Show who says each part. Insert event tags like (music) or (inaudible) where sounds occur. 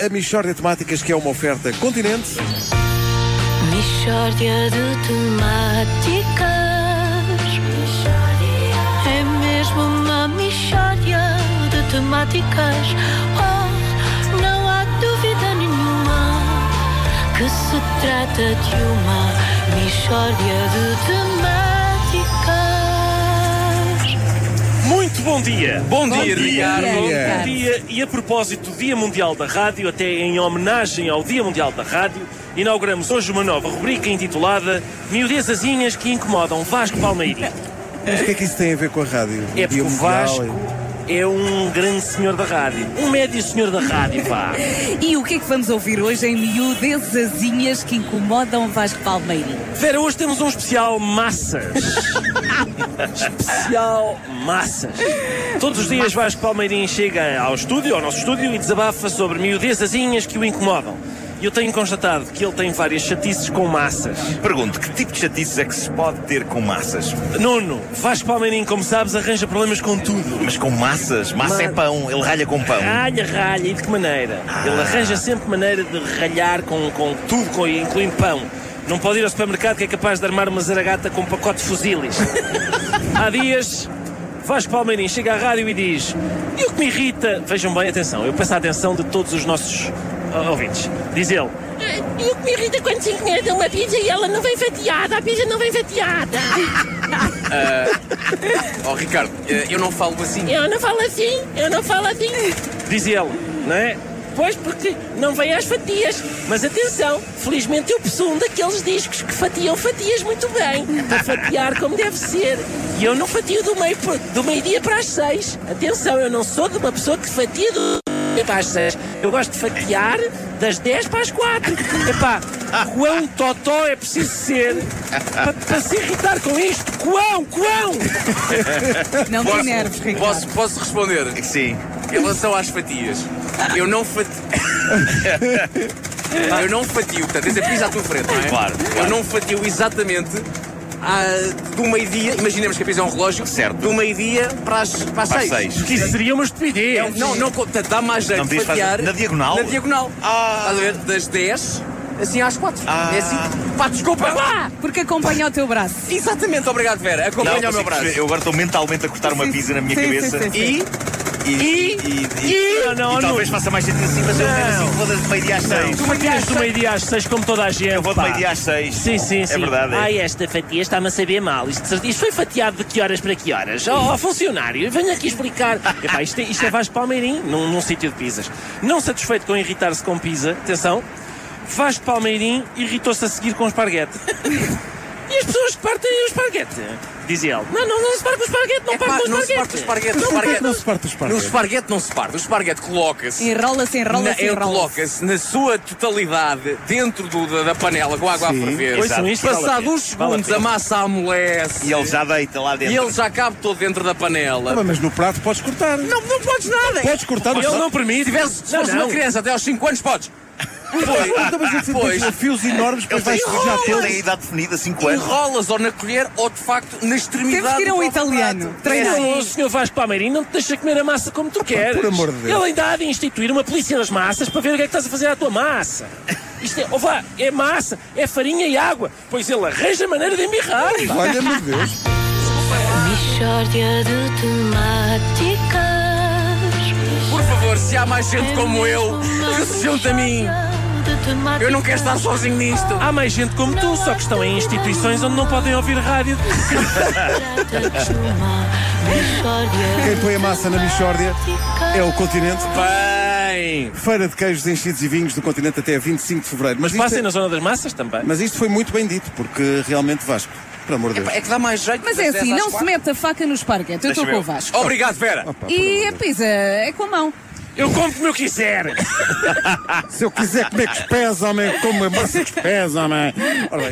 Speaker 1: a Michórdia Temáticas, que é uma oferta continente.
Speaker 2: Mishória de temáticas É mesmo uma mishória de temáticas Oh, não há dúvida nenhuma Que se trata de uma mishória de temáticas
Speaker 3: Muito bom dia! Bom,
Speaker 4: dia,
Speaker 3: Ricardo!
Speaker 4: Ricardo.
Speaker 3: Bom dia! E a propósito do Dia Mundial da Rádio, até em homenagem ao Dia Mundial da Rádio, inauguramos hoje uma nova rubrica intitulada Miudezazinhas que incomodam Vasco Palmeirinho.
Speaker 1: Mas o que é que isso tem a ver com a rádio? Um
Speaker 3: É porque
Speaker 1: Dia
Speaker 3: o
Speaker 1: Mundial
Speaker 3: Vasco é um grande senhor da rádio. Um médio senhor da rádio, pá!
Speaker 4: E o que é que vamos ouvir hoje em miudezazinhas que incomodam Vasco Palmeiri?
Speaker 3: Vera, hoje temos um especial massas. especial massas. Todos os dias Vasco Palmeirim chega ao estúdio, ao nosso estúdio, e desabafa sobre miudezazinhas que o incomodam. E eu tenho constatado que ele tem várias chatices com massas.
Speaker 5: Pergunto, que tipo de chatices é que se pode ter com massas?
Speaker 3: Nuno, Vasco Palmeirim, como sabes, arranja problemas com tudo.
Speaker 5: Mas com massas? Massa é pão, ele ralha com pão.
Speaker 3: Ralha, ralha, e de que maneira? Ele arranja sempre maneira de ralhar com, com tudo, com, incluindo pão. Não pode ir ao supermercado que é capaz de armar uma zaragata com um pacote de fuzilis. Há dias, Vasco Palmeirim chega à rádio e diz: E o que me irrita? Vejam bem, atenção, eu peço a atenção de todos os nossos ah, ouvintes. Diz ele:
Speaker 6: E o que me irrita é quando se encomenda uma pizza e ela não vem fatiada, a pizza não vem
Speaker 7: (laughs)
Speaker 6: fatiada.
Speaker 7: Ah, Oh, Ricardo, eh, eu não falo assim.
Speaker 6: Eu não falo assim, eu não falo assim.
Speaker 3: Diz ele, não é?
Speaker 6: Pois porque não vem às fatias. Mas atenção, felizmente eu possuo um daqueles discos que fatiam fatias muito bem. Para fatiar como deve ser. E eu não fatio do meio por- do meio-dia para as seis. Atenção, eu não sou de uma pessoa que fatia do meio para as seis. Eu gosto de fatiar das dez para as quatro. Epá, quão totó é preciso ser para, para se irritar com isto? Quão, quão!
Speaker 4: Não te nerves,
Speaker 7: posso,
Speaker 4: Ricardo.
Speaker 7: posso responder?
Speaker 5: É Sim.
Speaker 7: Em relação às fatias, eu não fatio. eu não fatio, portanto, tens a pizza à tua frente, não é?
Speaker 5: Claro, claro.
Speaker 7: Eu não fatio exatamente à- do meio-dia, imaginemos que a pizza é um relógio,
Speaker 5: Certo.
Speaker 7: do meio-dia para as, para as
Speaker 5: Faz
Speaker 7: seis.
Speaker 5: seis.
Speaker 3: Porque isso seria uma estupidez.
Speaker 6: um
Speaker 7: É, não, não, portanto, dá mais jeito
Speaker 5: Não
Speaker 7: de
Speaker 5: podias fazer-
Speaker 7: fatiar.
Speaker 5: na diagonal?
Speaker 7: Na diagonal.
Speaker 5: Ah.
Speaker 7: Estás a ver? Das 10, assim às 4.
Speaker 5: Ah.
Speaker 7: É assim. Pá, desculpa lá!
Speaker 4: Porque acompanha o teu braço.
Speaker 7: Exatamente, obrigado, Vera.
Speaker 5: Não,
Speaker 7: Acompanha o meu
Speaker 5: consigo
Speaker 7: braço.
Speaker 5: perceber. Eu agora estou mentalmente a cortar uma
Speaker 4: Sim,
Speaker 5: pizza na minha
Speaker 4: sim,
Speaker 5: cabeça.
Speaker 4: sim, sim, sim.
Speaker 5: E, e, e,
Speaker 3: e- Não, não,
Speaker 5: e talvez
Speaker 3: não.
Speaker 5: faça mais sentido assim, mas eu
Speaker 3: Não.
Speaker 5: tenho assim, foda-se de meio-dia às seis.
Speaker 3: Tu fatias do meio-dia às seis, como toda a gente.
Speaker 5: Eu vou de
Speaker 3: pá.
Speaker 5: meio-dia às seis.
Speaker 3: Sim, sim, sim.
Speaker 5: É verdade. é.
Speaker 3: Ai, esta fatia está-me a saber mal. Isto, de certeza- isto foi fatiado de que horas para que horas? Ó, ó, funcionário, venho aqui explicar. Epá, isto, é- isto é Vasco Palmeirim, num, num sítio de pizzas. Não satisfeito com irritar-se com pizza, atenção, Vasco Palmeirim irritou-se a seguir com esparguete. (laughs) E as pessoas que partem o esparguete? Diz ele. Não, não, não se parte o esparguete, não
Speaker 7: Epá,
Speaker 3: parte o
Speaker 7: não se parte o
Speaker 3: esparguete.
Speaker 7: esparguete. o
Speaker 1: Porquê
Speaker 7: esparguete.
Speaker 1: que não se parte os
Speaker 7: No
Speaker 1: parques?
Speaker 7: esparguete não se parte. O esparguete coloca-se.
Speaker 4: Enrola-se,
Speaker 7: na-
Speaker 4: enrola-se,
Speaker 7: Ele
Speaker 4: enrola-se.
Speaker 7: coloca-se na sua totalidade dentro do- da, da panela com água
Speaker 1: Sim.
Speaker 7: a ferver.
Speaker 3: Ouçam
Speaker 7: Exato.
Speaker 3: isto, vale a
Speaker 7: Passado
Speaker 3: pena.
Speaker 7: uns
Speaker 3: Vale a
Speaker 7: segundos,
Speaker 3: pena.
Speaker 7: a massa amolece.
Speaker 5: E ele já deita lá dentro.
Speaker 7: E ele já cabe todo dentro da panela.
Speaker 1: Ah, mas no prato podes cortar.
Speaker 7: Não, não podes nada.
Speaker 1: Podes cortar no
Speaker 3: Ele
Speaker 1: prato.
Speaker 3: não permite.
Speaker 7: Se tivesse se
Speaker 3: Não,
Speaker 7: fosse uma
Speaker 3: não.
Speaker 7: criança até aos 5 anos, podes.
Speaker 1: Então, mas assim,
Speaker 7: Pois.
Speaker 1: tem fios enormes, depois vai
Speaker 5: Ele tem,
Speaker 1: sujar
Speaker 5: ele
Speaker 1: tudo.
Speaker 5: tem a idade definida, 5 anos.
Speaker 7: Enrolas ou na colher ou de facto na extremidade.
Speaker 4: Temos que ir a um
Speaker 7: do
Speaker 4: italiano.
Speaker 7: prato.
Speaker 4: Treinar.
Speaker 3: Não, o senhor Vasco Palmeirim não te deixa comer a massa como tu queres.
Speaker 1: Ah, por amor de Deus.
Speaker 3: Ele ainda há de instituir uma polícia das massas para ver o que é que estás a fazer à tua massa. Isto é, ó vá, é massa, é farinha e água. Pois ele arranja maneira de embirrar.
Speaker 1: Olha-me Deus.
Speaker 2: Mishória de temáticas
Speaker 7: Por favor, se há mais gente
Speaker 2: É
Speaker 7: como eu, (laughs)
Speaker 2: mesmo uma
Speaker 7: que se junte a mim.
Speaker 2: mishória de
Speaker 7: Eu não quero
Speaker 2: temáticas.
Speaker 7: estar sozinho nisto.
Speaker 3: Há mais gente como tu, só que estão em instituições onde não podem ouvir rádio.
Speaker 1: Quem
Speaker 2: Quem
Speaker 1: põe a massa na Michórdia é o Continente.
Speaker 7: Bem.
Speaker 1: Feira de queijos, enchidos e vinhos do Continente até a 25 de Fevereiro. Mas, isto,
Speaker 3: Passem
Speaker 1: é-
Speaker 3: na zona das massas também.
Speaker 1: mas isto foi muito bem dito, porque realmente Vasco, pelo amor de Deus.
Speaker 7: É que dá mais jeito.
Speaker 4: Mas é
Speaker 7: das
Speaker 4: assim,
Speaker 7: 10 às
Speaker 4: não se
Speaker 7: quatro.
Speaker 4: mete a faca no esparguete. Eu estou
Speaker 5: Deixa-me
Speaker 4: com o
Speaker 5: eu.
Speaker 4: Vasco.
Speaker 7: Obrigado, Vera.
Speaker 4: E a pizza é com a mão.
Speaker 3: Eu como como eu quiser.
Speaker 1: Se eu quiser comer que pés, homem, como a massa que pés, homem. Ora bem.